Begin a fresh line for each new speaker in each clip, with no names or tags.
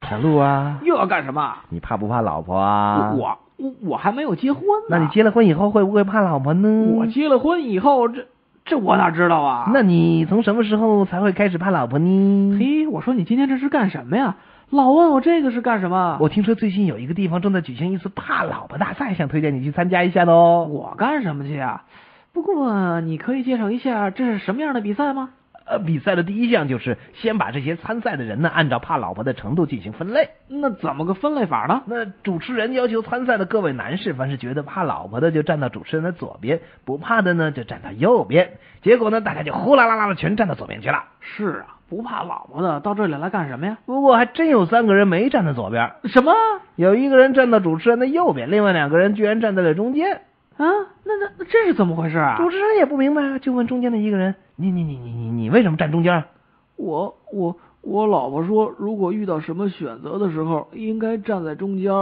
赶路啊？
又要干什么？
你怕不怕老婆啊？
我我我还没有结婚呢。
那你结了婚以后会不会怕老婆呢？
我结了婚以后，这这我哪知道啊？
那你从什么时候才会开始怕老婆呢？
嘿，我说你今天这是干什么呀？老问我这个是干什么？
我听说最近有一个地方正在举行一次怕老婆大赛，想推荐你去参加一下的哦。
我干什么去啊？不过你可以介绍一下这是什么样的比赛吗？
呃，比赛的第一项就是先把这些参赛的人呢，按照怕老婆的程度进行分类。
那怎么个分类法呢？
那主持人要求参赛的各位男士，凡是觉得怕老婆的，就站到主持人的左边；不怕的呢，就站到右边。结果呢，大家就呼啦啦啦的全站到左边去了。
是啊，不怕老婆的到这里来干什么呀？啊
不过还真有三个人没站在左边，
什么
有一个人站到主持人的右边，另外两个人居然站在了中间。
啊？那那那这是怎么回事啊
主？持人也不明白啊，就问中间的一个人：“你你你你你你为什么站中间啊
我我我老婆说，如果遇到什么选择的时候，应该站在中间。？”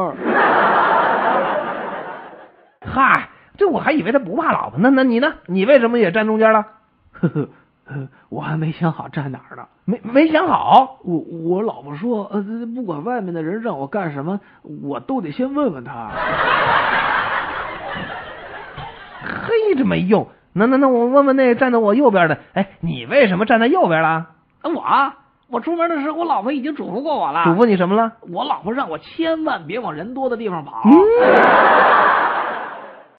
嗨，这我还以为他不怕老婆呢。那你呢？你为什么也站中间了？
呵呵，呃 我还没想好站哪儿呢。
没没想好。
我我老婆说，呃，不管外面的人让我干什么，我都得先问问他。啊
嘿，这没用。那那那我问问那站在我右边的，哎，你为什么站在右边了？
啊，我啊我出门的时候，我老婆已经嘱咐过我了
嘱咐你什么了？
我老婆让我千万别往人多的地方跑。
嗯，